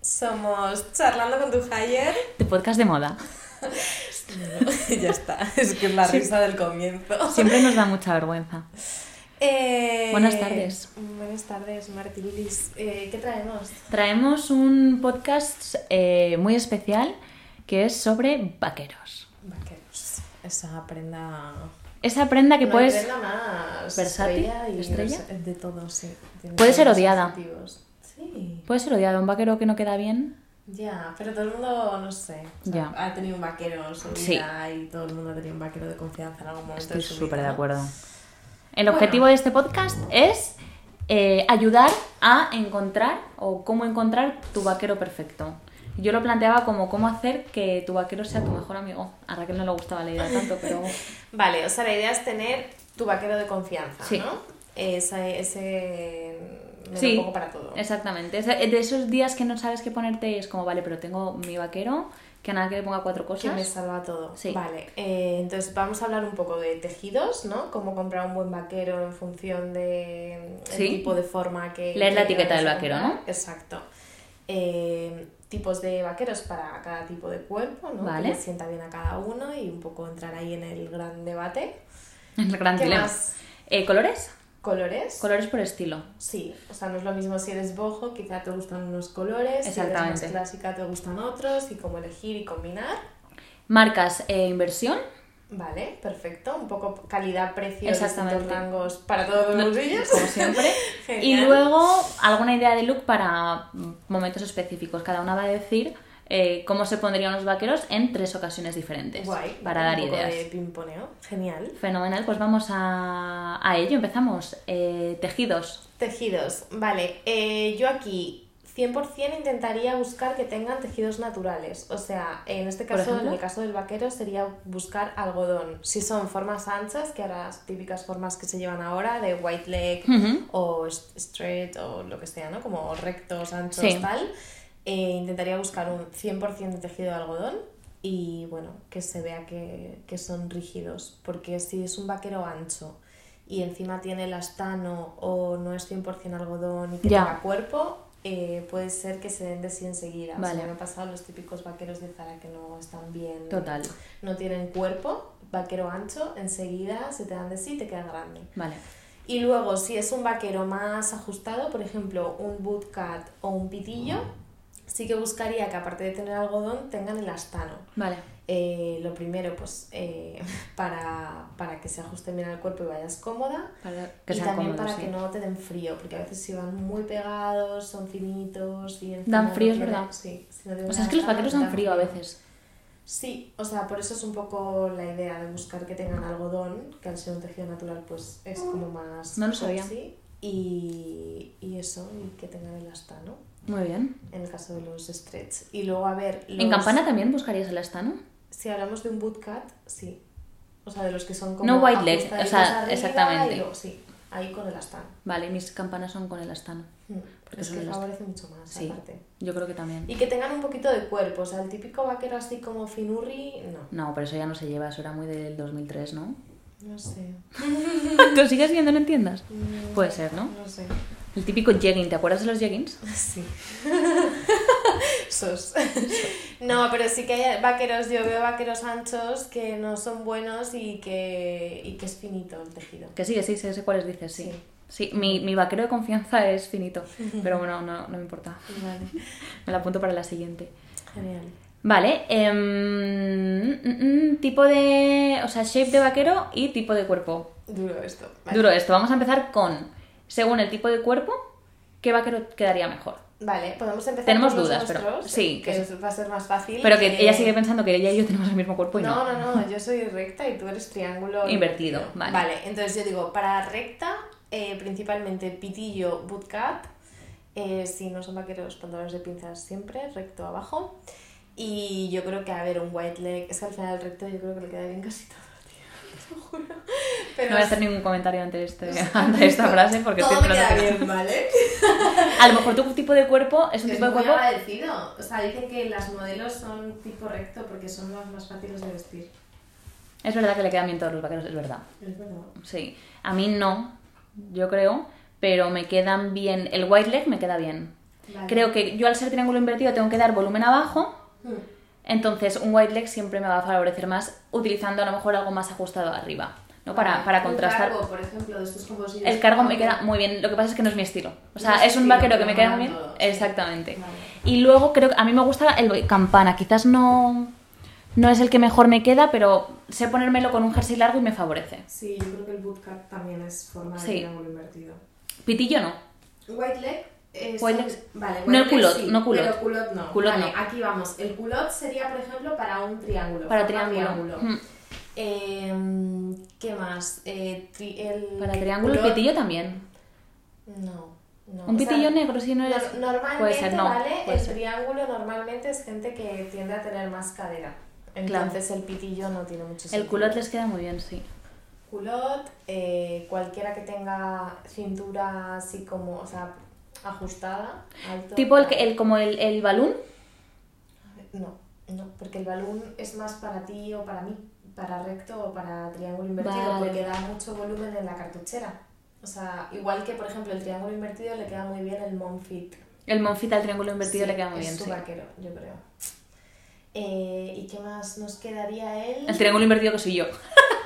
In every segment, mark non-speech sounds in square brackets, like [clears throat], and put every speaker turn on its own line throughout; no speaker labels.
Somos Charlando con tu Higher.
Tu podcast de moda.
[laughs] ya está, es que es la
Sí.
risa del comienzo.
Siempre nos da mucha vergüenza.
[laughs] Eh,
Buenas tardes.
Buenas tardes, Martín Liz. Eh, ¿Qué traemos?
Traemos un podcast eh, muy especial que es sobre vaqueros.
Vaqueros. pues, Esa prenda.
Esa prenda Ah, que
Una
puedes...
prenda más
versátil,
estrella y
estrella.
no sé, de todo, sí. Tiene
Puede ser
muchos
odiada.
adjetivos. Sí.
Puede ser odiado un vaquero que no queda bien.
Ya, pero todo el mundo, no sé. o sea,
Ya.
Ha tenido un vaquero en su
Sí.
vida y todo el mundo ha tenido un vaquero de confianza en algún momento.
Estoy
de su
súper
vida,
de
¿no?
acuerdo. El
Bueno.
objetivo de este podcast es eh, ayudar a encontrar o cómo encontrar tu vaquero perfecto. Yo lo planteaba como cómo hacer que tu vaquero sea tu mejor amigo. A Raquel no le gustaba la idea tanto, pero
Vale, o sea, la idea es tener tu vaquero de confianza,
Sí.
¿no? Ese, ese me
Sí.
lo pongo para todo.
exactamente. Es de de esos días que no sabes qué ponerte y es como, vale, pero tengo mi vaquero, que a nada que le ponga cuatro
Que me
cosas.
salva todo.
Sí.
Vale, eh, entonces vamos a hablar un poco de tejidos, ¿no? Cómo comprar un buen vaquero en función de el
Sí.
tipo de forma que...
Leer la
que
etiqueta
vayas a
del vaquero,
comprar.
¿no?
Exacto. Eh, tipos de vaqueros para cada tipo de cuerpo, ¿no?
Vale.
Que le sienta bien a cada uno y un poco entrar ahí en el gran debate.
[laughs] El gran
¿Qué
dilema.
más?
Eh, ¿Colores?
¿Colores?
Colores por estilo.
Sí, o sea, no es lo mismo si eres bojo, quizá te gustan unos colores, si eres más
Exactamente.
clásica te gustan otros y cómo elegir y combinar.
Marcas e inversión.
Vale, perfecto, un poco calidad, precio,
Exactamente.
distintos rangos para todos los
No,
bolsillos.
como siempre. y
[laughs] Genial.
luego alguna idea de look para mm, momentos específicos. Cada una va a decir eh, cómo se pondrían los vaqueros en tres ocasiones diferentes
Guay,
para dar
un poco
ideas.
de pimponeo, genial.
Fenomenal, pues vamos a, a ello. Empezamos. Eh, tejidos. [laughs]
Tejidos, vale, eh, yo aquí 100% intentaría buscar que tengan tejidos naturales, o sea, en este
¿Por
caso, en
ejemplo?
el caso del vaquero sería buscar algodón, si son formas anchas, que ahora las típicas formas que se llevan ahora, de white leg,
Ujú.
o s- straight o lo que sea, ¿no? Como rectos, anchos,
Sí.
tal. Eh, intentaría buscar un 100% de tejido de algodón y bueno, que se vea que, que son rígidos, porque si es un vaquero ancho y encima tiene elastano o no es 100% algodón y que
Ya.
tenga cuerpo, eh, puede ser que se den de sí enseguida. O sea,
Vale.
me han pasado los típicos vaqueros de Zara que no están bien,
Total.
no tienen cuerpo, vaquero ancho, enseguida se te dan de sí y te queda grande.
Vale.
Y luego, si es un vaquero más ajustado, por ejemplo, un bootcut o un pitillo, sí que buscaría que aparte de tener algodón, tengan elastano.
Vale.
Eh, lo primero, pues, eh, [laughs] para, para que se ajuste bien al cuerpo y vayas cómoda.
Para que
y
sean
también
cómodos,
para
sí.
que no te den frío, porque a veces si van muy pegados, son finitos y encima
Dan
no
frío, es
tienen-
verdad.
Sí, si no tienen
O sea, es que los
elastano,
vaqueros
dan
dan frío a veces.
Sí, o sea, por eso es un poco la idea de buscar que tengan algodón, que al ser un tejido natural, pues es como más.
Ah, No lo sabía.
sí Y, y eso, y que tengan elastano,
Muy bien.
en el caso de los stretch. Y luego, a ver. Los,
¿En campana también buscarías el astano?
Si hablamos de un bootcut, sí. O sea, de los que son como.
No white leg, o
ajustaditos
sea,
arriba
exactamente.
y luego- sí, ahí con elastano.
Vale, mis campanas son con el astano.
Mm,
Porque
es
son
que
elastano.
favorece mucho más,
Sí.
aparte.
Yo creo que también.
Y que tengan un poquito de cuerpo, o sea, el típico vaquero así como finurri, no.
No, pero eso ya no se lleva, eso era muy del 2003, ¿no?
No sé.
¿Lo sigues viendo en tiendas?
Mm,
Puede ser, ¿no?
No sé.
El típico jegging, ¿te acuerdas de los jeggings?
Sí. Sos. No, pero sí que hay vaqueros, yo veo vaqueros anchos que no son buenos y que, y que es finito el tejido.
Que sí, que sí, sé, sé cuáles dices, sí.
Sí.
Sí, mi, mi vaquero de confianza [laughs] es finito, pero bueno, no, no me importa.
Vale,
Me la apunto para la siguiente.
genial.
Vale, em, mm, mm, tipo de... O sea, shape de vaquero y tipo de cuerpo.
Duro esto. Vale.
Duro esto, vamos a empezar con, según el tipo de cuerpo, ¿qué vaquero quedaría mejor?
Vale, podemos empezar
Tenemos
por los
dudas, pero-
nuestros,
sí,
que
que
es- va a ser más fácil.
Pero que
Eh,
ella sigue pensando que ella y yo tenemos el mismo cuerpo y Pues no.
No, no, no, yo soy recta y tú eres triángulo
Invertido, vale.
entonces yo digo, para recta, eh, principalmente pitillo, bootcut, eh, si no son vaqueros, pantalones de pinzas siempre, recto abajo. Y yo creo que, a ver, un white leg, es que al final el recto yo creo que le queda bien casi todo, tío, [laughs] te lo juro. Pero
No voy a hacer ningún comentario ante, este, [laughs] ante esta frase porque
todo
estoy
me queda
esperando que-
bien, ¿vale?
A lo mejor tu tipo de cuerpo es un
Es
tipo de
muy
cuerpo
agradecido. O sea, dicen que las modelos son tipo recto porque son las más fáciles de vestir.
Es verdad que le quedan bien todos los vaqueros, es verdad.
Es verdad.
Sí. A mí no, yo creo, pero me quedan bien. El white leg me queda bien.
Vale.
Creo que yo al ser triángulo invertido tengo que dar volumen abajo,
Mm,
entonces un white leg siempre me va a favorecer más utilizando a lo mejor algo más ajustado arriba, ¿no? Para,
vale.
para contrastar.
El cargo, por ejemplo, de estos compositos.
El cargo me queda muy bien, lo que pasa es que no es mi estilo. O
No
sea,
es
es,
tu
un
estilo,
vaquero que
pero
me queda
molan
muy bien.
todos.
Exactamente.
Vale.
Y luego creo que a mí me gusta el campana, quizás no, no es el que mejor me queda, pero sé ponérmelo con un jersey largo y me favorece.
Sí, yo creo que el bootcut también es forma de
Sí.
triángulo invertido.
Pitillo no.
White leg. eh,
White
son-
leg.
Vale,
No el
leg
culot,
sí,
no culot.
Pero culot no.
Culot
vale,
no.
aquí vamos. El culot sería, por ejemplo, para un triángulo.
Para
forma
triángulo. Mm.
Eh, ¿Qué más? Eh, tri- el
Para triángulo, el
culot-
pitillo también.
No. no.
Un
O sea,
pitillo negro si no eres.
nor- normalmente,
Puede ser, no.
¿vale?
puede
el
ser.
triángulo normalmente es gente que tiende a tener más cadera. Entonces el pitillo no tiene mucho sentido.
El culot les queda muy bien, sí.
Culot, eh, cualquiera que tenga cintura así como, o sea, ajustada, alto.
Tipo el, que- el como el, el balón.
No, no, porque el balón es más para ti o para mí, para recto o para triángulo invertido,
Vale.
porque da mucho volumen en la cartuchera. O sea, igual que por ejemplo el triángulo invertido le queda muy bien el Monfit.
El monfita al triángulo invertido
Sí,
le queda muy
es
bien,
su
sí.
vaquero, yo creo. Eh, ¿Y qué más nos quedaría él?
El triángulo invertido que soy yo.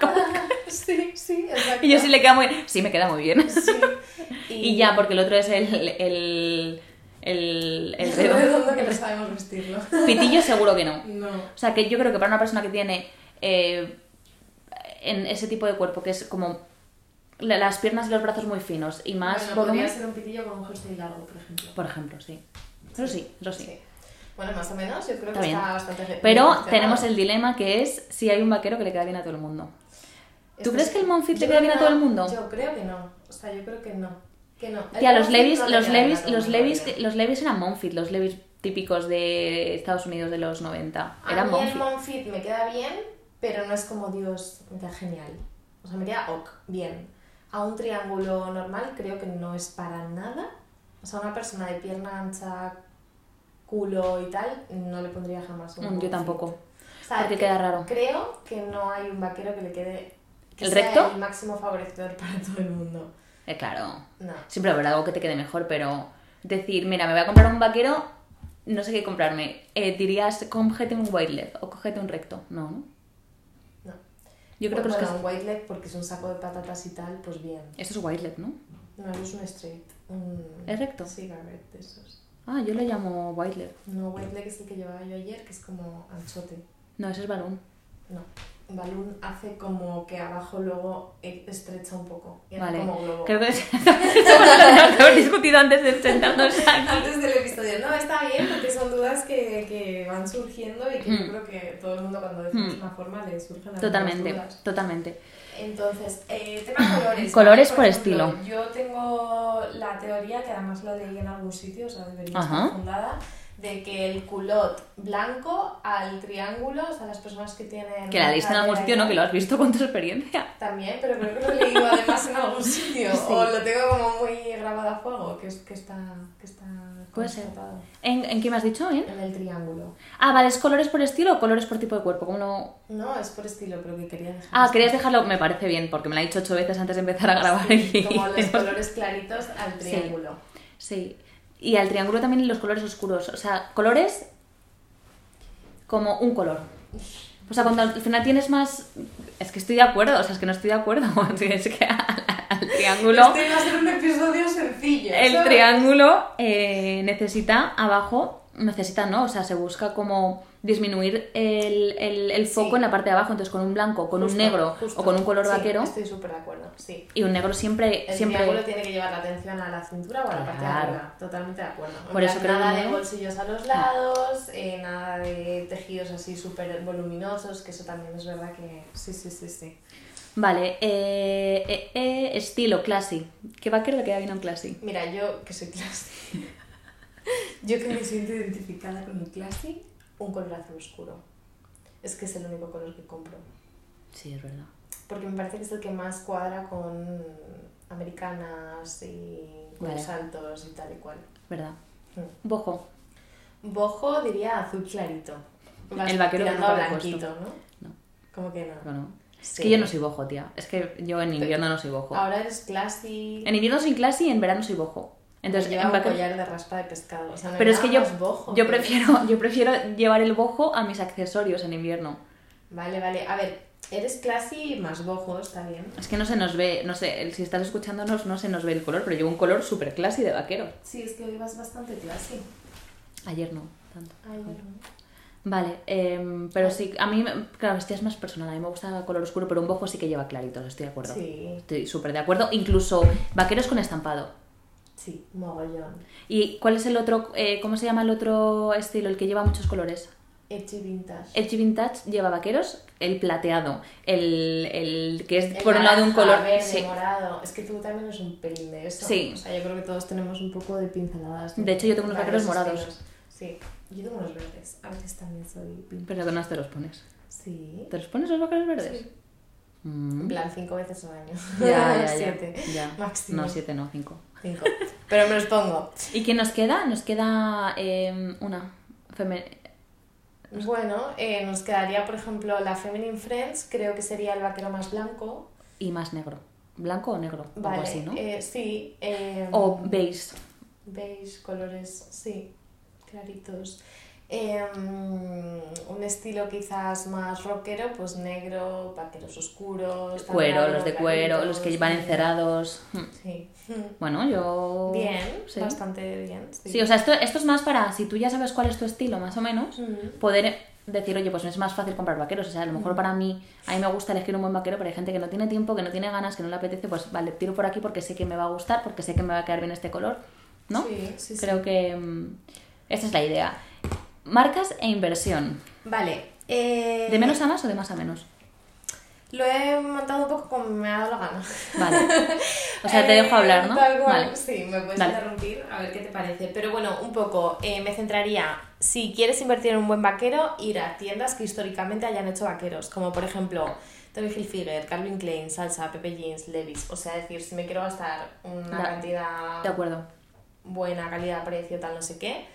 [laughs] sí, sí, exacto.
Y yo sí le queda muy Sí, me queda muy bien.
Sí.
[laughs] Y ya, porque el otro es el. el. el. el dedo.
[laughs] redondo que no sabemos vestirlo.
[laughs] Pitillo seguro
[laughs]
que no.
No.
O sea, que yo creo que para una persona que tiene eh, en ese tipo de cuerpo, que es como la- las piernas y los brazos muy finos y más
bueno,
volumen,
podría ser un pitillo con un jersey largo, por ejemplo.
por ejemplo, sí. Pero sí, Pues eso sí.
Sí. Bueno, más o menos, yo creo
Está
que
bien.
está bastante bien
Pero
gestionado.
tenemos el dilema que es si hay un vaquero que le queda bien a todo el mundo.
Esto
crees
sí.
que el Monfit
Yo
le queda
creo
bien a
que
todo el
no.
mundo?
Yo creo que no. O sea, yo creo que no. Que no. El
Tía, los
Monfit
Levis,
no le
los
queda bien a
Levis,
todo el
los
mundo,
Levis,
creo.
los Levis eran Monfit, los Levis típicos de Estados Unidos de los 90.
A
Eran
mí
Monfit.
el Monfit me queda bien, pero no es como Dios, me queda genial. O sea, me queda ok, bien. A un triángulo normal creo que no es para nada. O sea, una persona de pierna ancha, culo y tal, no le pondría jamás un
Mm,
Monfit.
Yo tampoco.
O sea,
porque
que-
queda raro.
Creo que no hay un vaquero que le quede... que
¿El
sea
recto?
el máximo favorecedor [laughs] para todo el mundo.
Eh, claro.
No.
Siempre habrá algo que te quede mejor, pero decir, mira, me voy a comprar un vaquero, no sé qué comprarme. Eh, dirías, cógete un wide leg o cógete un recto. No, ¿no?
No.
Yo creo que
bueno,
los que...
un white leg porque es un saco de patatas y tal, pues bien.
Eso es wide leg, ¿no?
No, es un straight. Un...
¿Es recto?
Cigarette de esos.
Ah, yo lo llamo wide leg.
No, white leg es el que llevaba yo ayer, que es como anchote.
No, ese
[laughs]
es balón.
No. Balloon hace como que abajo luego eh, estrecha un poco. Y hace
Vale.
como globo.
Creo que [laughs] es... Lo que hemos discutido antes de sentarnos
[laughs]
aquí.
Antes del episodio. No, está bien, porque son dudas que, que van surgiendo y que
Mm.
yo creo que todo el mundo cuando decimos
Mm.
una forma le surgen algunas
Totalmente,
dudas.
totalmente.
Entonces, eh, tema colores.
[clears throat] Colores por
ejemplo,
estilo.
Yo tengo la teoría, que además la leí en algún sitio, o sea, debería
Ajá.
estar fundada, de que el culot blanco al triángulo, o sea, las personas que tienen.
Que la leíste en algún
cadera
sitio, ¿no?
y
Que lo has visto con tu experiencia.
tal, También, pero creo que lo he leído además en algún sitio.
[laughs] Sí.
O lo tengo como muy grabado a fuego, que, es, que está. Que está
Puede ser.
constatado.
¿En, en qué me has dicho? ¿En?
En el triángulo.
Ah, vale, ¿es colores por estilo o colores por tipo de cuerpo? ¿Cómo lo...?
No, es por estilo, pero que quería dejar.
Ah,
esto.
querías dejarlo, me parece bien, porque me lo ha dicho ocho veces antes de empezar a grabar
Sí,
y-
Como
[laughs]
los colores claritos al triángulo.
Sí, y al triángulo también los colores oscuros, o sea, colores como un color. O sea, cuando al final tienes más... Es que estoy de acuerdo, o sea, es que no estoy de acuerdo, [laughs] es que al, al triángulo...
Este iba a ser un episodio sencillo.
El
¿sabes?
triángulo eh, necesita abajo, necesita no, o sea, se busca como disminuir el, el- el foco
Sí.
en la parte de abajo, entonces con un blanco, con un
Justo,
negro
justo.
o con un color
Sí,
vaquero.
Estoy súper de acuerdo, sí.
Y un negro siempre,
El triángulo
siempre.
tiene que llevar la atención a la cintura o a la parte de
Claro.
arriba. Totalmente de acuerdo. En
Por eso
plan,
creo
nada
que
de
no.
bolsillos a los lados, eh, nada de tejidos así súper voluminosos, que eso también es verdad que... Sí, sí, sí, sí.
Vale, eh, eh, eh, estilo, classy. ¿Qué vaquero le queda bien a un classy?
Mira, yo que soy classy, [laughs] yo que me siento identificada con el classy, un color azul oscuro. Es que es el único color que compro.
Sí, es verdad.
Porque me parece que es el que más cuadra con americanas y con
Vale.
saltos y tal y cual.
¿Verdad?
Mm.
Bojo.
Bojo diría azul clarito. Vas
El vaquero
tirando
que
a
nunca me he
blanquito, ¿no?
No.
Como que no.
Bueno,
Sí.
Es que yo no soy bojo, tía. Es que yo en invierno no soy bojo.
Ah. Ahora eres classy.
En invierno soy classy y en verano soy bojo. Entonces,
lleva
en
un
vaquero-
collar de raspa de pescado. O sea, no hay
Pero es
nada
que yo,
más bojo
yo,
que-
prefiero, yo prefiero llevar el bojo a mis accesorios en invierno.
Vale, vale. A ver, eres classy y más bojo, está bien.
Es que no se nos ve, no sé, el- si estás escuchándonos no se nos ve el color, pero llevo un color súper classy de vaquero.
Sí, es que hoy vas bastante classy.
Ayer no, tanto.
Ay, bueno.
Vale, em, pero sí, a mí, me- claro, este es más personal, a mí me gusta color oscuro, pero un bojo sí que lleva claritos, estoy de acuerdo.
Sí,
Estoy súper de acuerdo, incluso vaqueros con estampado.
sí, mogollón.
¿Y cuál es el otro, eh, cómo se llama el otro estilo, el que lleva muchos colores?
Edgy vintage.
Edgy Vintage lleva vaqueros, el plateado, el, el que es
El
por un lado un
naranja,
color...
verde,
sí.
morado. Es que tú también eres un pelín de eso.
Sí.
O sea, yo creo que todos tenemos un poco de pinceladas.
De hecho, yo tengo unos
varios
vaqueros morados.
estilos. Sí, yo tengo unos verdes. A veces también soy vintage.
Pero que no te los pones.
Sí.
¿Te los pones los vaqueros verdes?
Sí.
Mm.
En plan, cinco veces al año.
[laughs] Ya, ya,
[laughs]
ya,
Siete.
ya.
Máximo.
No, siete no, cinco.
Cinco. Pero me los pongo.
¿Y qué nos queda? Nos queda eh, una. feme-
Bueno, eh, nos quedaría, por ejemplo, la Feminine Friends, creo que sería el vaquero más blanco.
Y más negro. ¿Blanco o negro? o
Vale,
Algo así, ¿no?
eh, sí. eh,
o beige.
Beige, colores, sí, claritos. Eh, un estilo quizás más rockero, pues negro, vaqueros oscuros.
Cuero,
tablado,
los de cuero,
claritos,
los que van
eh,
encerrados. Hmm. [laughs]
Sí.
Bueno, yo.
Mm. Bien,
Sí.
bastante bien. Sí,
Sí, o sea, esto, esto es más para si tú ya sabes cuál es tu estilo, más o menos,
Mm.
poder decir, oye, pues me es más fácil comprar vaqueros. O sea, a lo mejor para mí, a mí me gusta elegir un buen vaquero, pero hay gente que no tiene tiempo, que no tiene ganas, que no le apetece, pues vale, tiro por aquí porque sé que me va a gustar, porque sé que me va a quedar bien este color, ¿no?
Sí, sí, sí.
Creo que mm, esa es la idea. Marcas e inversión.
Vale. eh,
¿De menos a más o de más a menos?
Lo he montado un poco como me ha dado la gana. [laughs]
Vale. O sea, te
Eh,
dejo hablar, ¿no?
Tal cual,
Vale.
sí, me puedes
Dale.
interrumpir, a ver qué te parece. Pero bueno, un poco, eh, me centraría, si quieres invertir en un buen vaquero, ir a tiendas que históricamente hayan hecho vaqueros, como por ejemplo Tommy Hilfiger, Calvin Klein, Salsa, Pepe Jeans, Levi's. O sea, decir, si me quiero gastar una
Da-
cantidad
De acuerdo.
buena, calidad, precio, tal, no sé qué.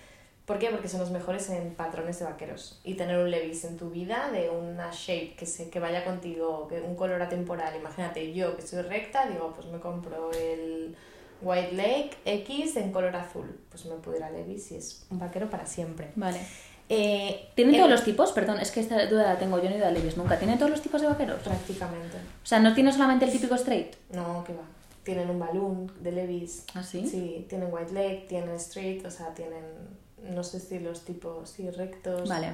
¿Por qué? Porque son los mejores en patrones de vaqueros. Y tener un Levi's en tu vida de una shape que, se, que vaya contigo, que un color atemporal. Imagínate, yo que soy recta, digo, pues me compro el White Lake X en color azul. Pues me pudiera Levi's y es un vaquero para siempre.
Vale.
Eh,
¿Tienen
eh,
todos los tipos? Perdón, es que esta duda la tengo yo ni de Levis nunca. ¿Tienen todos los tipos de vaqueros?
Prácticamente.
O sea, no tiene solamente el típico straight.
No, que va. Tienen un balloon de Levi's.
¿Ah, sí?
Sí, tienen White Lake, tienen Street, o sea, tienen, no sé si los tipos, sí, rectos.
Vale,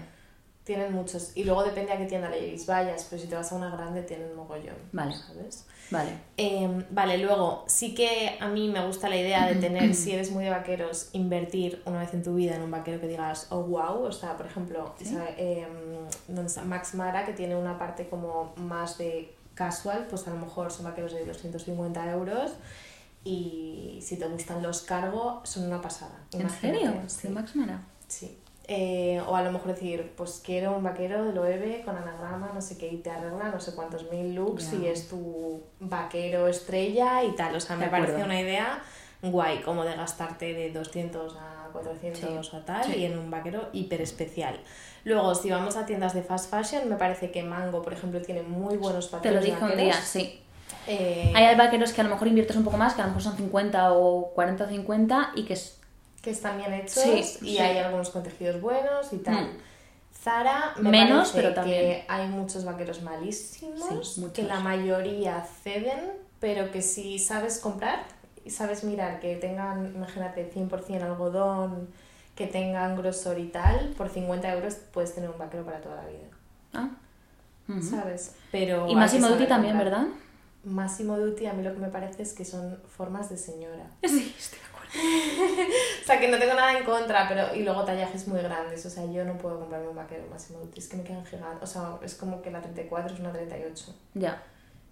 Tienen muchos. Y luego depende a qué tienda le llevéis vayas, pero si te vas a una grande tienen mogollón.
Vale.
¿Sabes?
vale.
Eh, vale, luego sí que a mí me gusta la idea de tener, si eres muy de vaqueros, invertir una vez en tu vida en un vaquero que digas, oh wow, o sea, por ejemplo,
Sí.
esa, eh, ¿dónde está? Max Mara, que tiene una parte como más de casual, pues a lo mejor son vaqueros de 250 euros y si te gustan los cargo, son una pasada.
¿En
Imagínate,
serio?
sí.
¿De Max Mara?
Sí. Eh, o a lo mejor decir, pues quiero un vaquero de Loewe con anagrama, no sé qué, y te arregla no sé cuántos mil looks
Ya.
y es tu vaquero estrella y tal. O sea,
De
me
acuerdo.
parece una idea guay, como de gastarte de 200 a 400
Sí.
o tal
Sí.
y en un vaquero hiper especial. Luego, si vamos a tiendas de fast fashion, me parece que Mango, por ejemplo, tiene muy buenos
Te lo
vaqueros.
dije un
vaqueros.
día, sí.
Eh,
Hay vaqueros que a lo mejor inviertes un poco más, que a lo mejor son 50 o 40 o 50 y que es...
que están bien hechos
Sí,
y
sí.
hay algunos con tejidos buenos y tal.
Mm.
Zara, me
Menos,
parece
pero también.
que hay muchos vaqueros malísimos,
Sí, muchos.
que la mayoría ceden, pero que si sabes comprar y sabes mirar que tengan, imagínate, 100% algodón, que tengan grosor y tal, por 50 euros puedes tener un vaquero para toda la vida,
Ah. Ujú.
¿sabes? Pero
Y
hay que
Massimo
saber
Dutti también,
comprar. [laughs]
¿verdad?
Massimo Dutti a mí lo que me parece es que son formas de señora.
Sí, estoy de acuerdo.
O sea, que no tengo nada en contra, pero. Y luego tallajes muy grandes. O sea, yo no puedo comprarme un vaquero máximo útil. Es que me quedan gigantes. O sea, es como que la 34 es una 38.
Ya.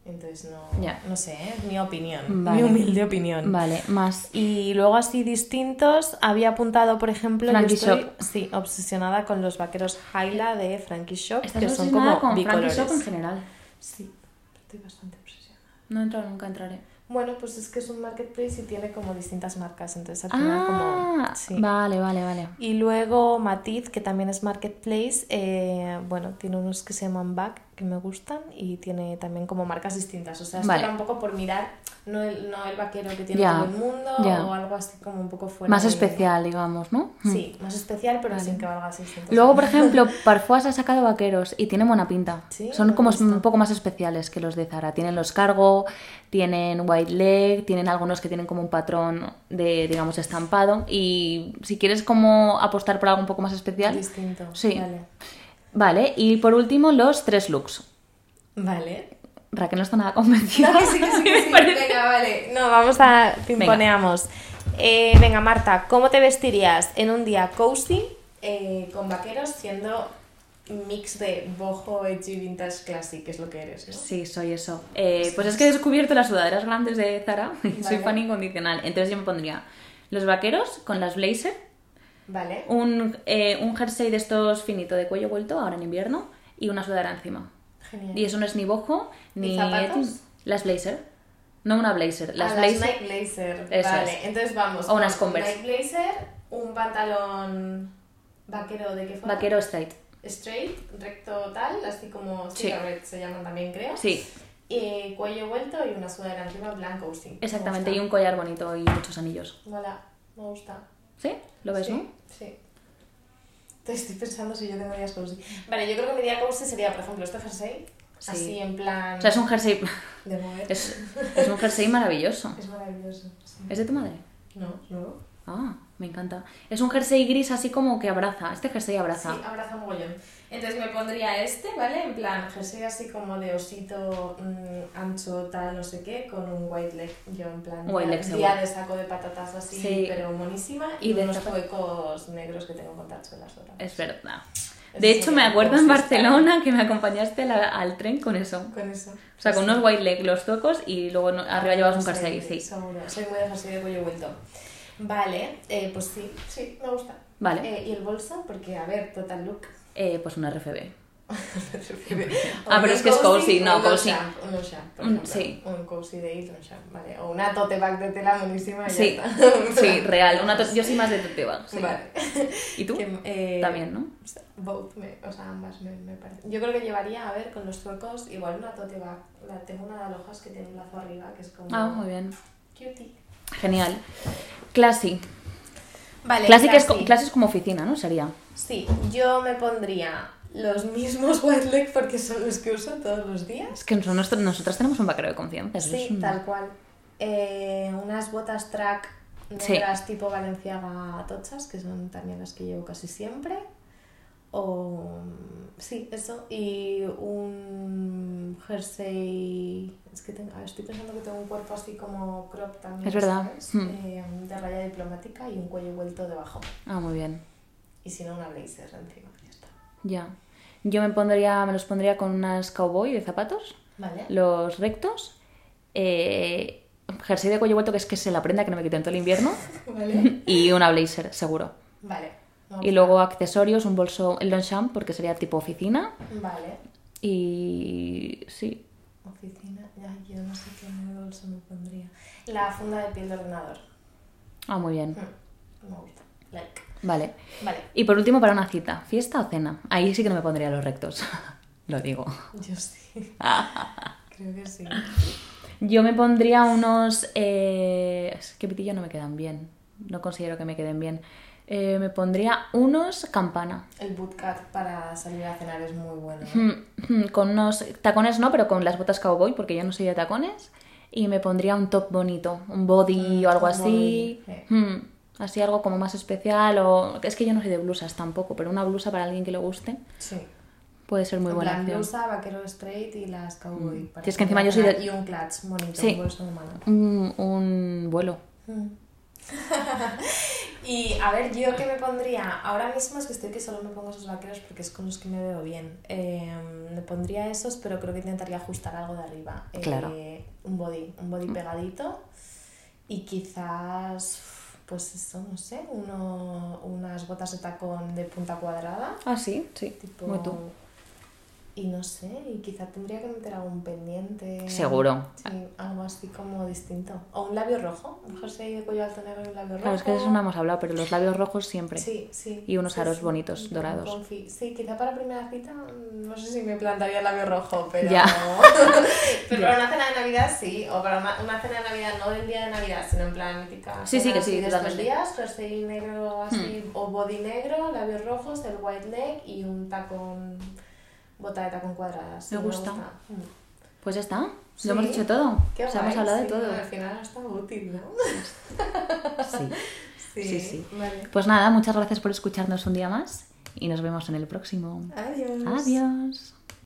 Entonces no.
Ya.
No sé, ¿eh? es mi opinión.
Vale.
Mi humilde opinión.
Vale, más.
Y luego así distintos, había apuntado, por ejemplo, yo
Frankie
estoy
Shop.
sí, obsesionada con los vaqueros Hyla de Frankie Shop,
Estás
que son como
obsesionada con Frankie
bicolores.
Shop en general.
Sí, estoy bastante obsesionada.
No entro, nunca entraré.
Bueno, pues es que es un marketplace y tiene como distintas marcas, entonces al final
Ah,
como... sí.
vale, vale, vale.
Y luego Matiz, que también es Marketplace, eh, bueno, tiene unos que se llaman Back, que me gustan y tiene también como marcas distintas. O sea, esto
Vale.
era un poco por mirar, no el, no el vaquero que tiene
Ya,
todo el mundo
ya.
o algo así como un poco fuera.
Más
de-
especial, digamos, ¿no?
Sí, más especial, pero sin que valga 600.
Luego, por ejemplo, Parfois ha sacado vaqueros y tiene buena pinta.
Sí,
Son
me
como
gusta.
un poco más especiales que los de Zara. Tienen los cargo, tienen white leg, tienen algunos que tienen como un patrón de, digamos, estampado. Y si quieres como apostar por algo un poco más especial.
Distinto.
Sí.
Vale.
Vale, y por último, los tres looks.
Vale.
Raquel no está nada convencida.
No, que [laughs] sí, que
[laughs]
sí, que sí. Venga, vale. No, vamos a pimponeamos. Eh, venga, Marta, ¿cómo te vestirías en un día cozy eh, con vaqueros siendo mix de boho, edgy, vintage, classic, que es lo que eres, ¿no?
Sí, soy eso. Eh, pues es que he descubierto las sudaderas grandes de Zara [laughs] y soy
Vale.
fan incondicional. Entonces yo me pondría los vaqueros con las blazer,
Vale.
un, eh, un jersey de estos finito de cuello vuelto, ahora en invierno, y una sudadera encima.
Genial.
Y eso no es ni bojo, ni...
zapatos?
Las blazer. No una blazer, las
Ah,
blazer.
Nike Blazer.
Eso
vale,
es.
entonces vamos.
O unas
con
Converse.
Nike Blazer, un pantalón vaquero de qué forma?
Vaquero straight.
Straight, recto tal, así como
Sí.
cigarette se llaman también, creo.
Sí,
Y Eh, cuello vuelto y una sudadera encima blanco, sí.
exactamente.
Me
Y un collar bonito y muchos anillos.
gusta. Mola, me gusta.
¿Sí? ¿Lo ves,
sí,
no?
Sí. Te estoy pensando si yo tengo días cozy. Vale, yo creo que mi día cozy sería, por ejemplo, este jersey.
Sí.
Así en plan
O sea, es un jersey...
de mover. Es,
Es, es un jersey maravilloso.
maravilloso. sí.
¿Es de tu madre?
No, no.
Ah, me encanta. Es un jersey gris así como que abraza. Este jersey abraza.
Sí, abraza mogollón. Entonces me pondría este, ¿vale? En plan, jersey así como de osito mm, ancho, tal, no sé qué, con un white leg. Yo en plan, día,
White leg,
día
seguro.
de saco de patatas así,
Sí.
pero monísima.
Y
Y,
de
de unos
zapat-
huecos negros que tengo con tachuelas. o tal.
Es verdad.
Eso
De hecho, me
sería
acuerdo en
como
Barcelona que me acompañaste a la- al tren con eso.
Con eso.
O sea, con unos white leg los tocos y luego no- arriba llevas un jersey, sí.
Seguro. Soy muy de jersey de cuello vuelto. Vale, eh, pues sí, sí, me gusta.
Vale.
Eh, ¿Y el bolso? Porque, a ver, total look.
Eh, pues un
[laughs]
RFB.
O
Ah, pero
un
es que es cozy, no,
o un low
cozy.
sharp, Un low sharp, por
Mm,
ejemplo.
sí.
Un cozy de ir, low sharp, vale. O una tote bag de tela buenísima y
Sí,
ya está. [laughs]
[laughs] sí, real. Una to- yo soy más de tote bag, sí.
Vale.
¿Y tú?
Que, eh,
También, ¿no?
o sea, Both, me- o sea, ambas me, me parecen. Yo creo que llevaría, a ver, con los suecos, igual una tote bag. La, tengo una de alojas que tiene un lazo arriba, que es como...
Ah, muy bien.
Cutie.
Genial. Classic.
Vale,
Classic es, co-
classy.
classic es como oficina, ¿no? Sería.
Sí, yo me pondría los mismos [laughs] white leg porque son los que uso todos los días.
Es que nosotros, nosotras tenemos un vaquero de confianza. eso
Sí,
es un-
tal cual. Eh, unas botas track
Sí.
negras tipo Valenciaga tochas, que son también las que llevo casi siempre. O sí, eso. Y un jersey. Es que tengo- a ver, estoy pensando que tengo un cuerpo así como crop también.
Es verdad.
¿sabes?
Mm.
Eh, de raya diplomática y un cuello vuelto debajo.
Ah, muy bien.
Y si no, una blazer encima. Ya está.
Ya. Yo me pondría, me los pondría con unas cowboy de zapatos,
Vale.
los rectos, eh, jersey de cuello vuelto, que es que se la prenda que no me quiten todo el invierno,
[laughs]
[laughs]
Vale.
y una blazer, seguro.
Vale.
Y luego accesorios, un bolso, el Longchamp, porque sería tipo oficina,
Vale.
y sí,
Oficina, ya, yo no sé qué nuevo bolso me pondría. La funda de piel de ordenador.
ah, muy bien,
Mm, me gusta. Like.
vale.
Vale, [laughs]
Y por último, para una cita, fiesta o cena, ahí sí que no me pondría los rectos, [laughs] lo digo.
yo
[laughs]
sí. Creo que sí.
Yo me pondría unos. eh, es que pitillo no me quedan bien. No considero que me queden bien. Eh, me pondría unos campana.
El bootcut para salir a cenar es muy bueno. ¿no?
Mm, mm, Con unos tacones no, pero con las botas cowboy, porque yo no soy de tacones. Y me pondría un top bonito, un body
Mm,
o algo
un
así.
body, eh.
Mm, Así algo como más especial. o Es que yo no soy de blusas tampoco, pero una blusa para alguien que le guste
Sí.
puede ser muy
En
buena
plan,
opción.
blusa, vaquero straight y las cowboy.
Mm.
para
Sí, es que
salir a
encima yo soy
cenar.
de-
Y un clutch bonito,
Sí.
un bolso de mano.
Un, un vuelo.
Mm. [laughs] y a ver, yo qué me pondría. Ahora mismo es que estoy que solo me pongo esos vaqueros porque es con los que me veo bien. Eh, me pondría esos, pero creo que intentaría ajustar algo de arriba. Eh,
Claro. Mm.
Un body, un body pegadito. Y quizás, pues eso, no sé, uno, unas botas de tacón de punta cuadrada.
Ah, sí, sí.
Tipo,
Muy tú.
Y no sé, y quizá tendría que meter algún pendiente.
Seguro.
Sí, algo así como distinto. O un labio rojo, un jersey de cuello alto negro y un labio rojo.
Claro, es que de eso no hemos hablado, pero los labios rojos siempre.
Sí, sí.
Y unos
sí,
aros
sí,
bonitos,
un
dorados.
confi- Sí, quizá para primera cita, mm, no sé si me plantaría el labio rojo, pero.
Ya.
[laughs] pero
Ya.
para una cena de Navidad sí, o para una, una cena de Navidad, no del día de Navidad, sino en plan mítica.
Sí, sí,
cena
que
así
sí,
de estos
totalmente. Hmm.
días, jersey negro así, o body negro, labios rojos, el white leg y un tacón. Bota de tacón cuadrada. sí,
Me gusta.
Mm.
Pues ya está.
Sí.
Lo hemos dicho todo.
Qué
O sea, hemos
guay,
hablado de
sí,
todo.
Al final está útil, ¿no? [laughs]
Sí. Sí, sí.
Vale.
Pues nada, muchas gracias por escucharnos un día más y nos vemos en el próximo.
Adiós.
Adiós.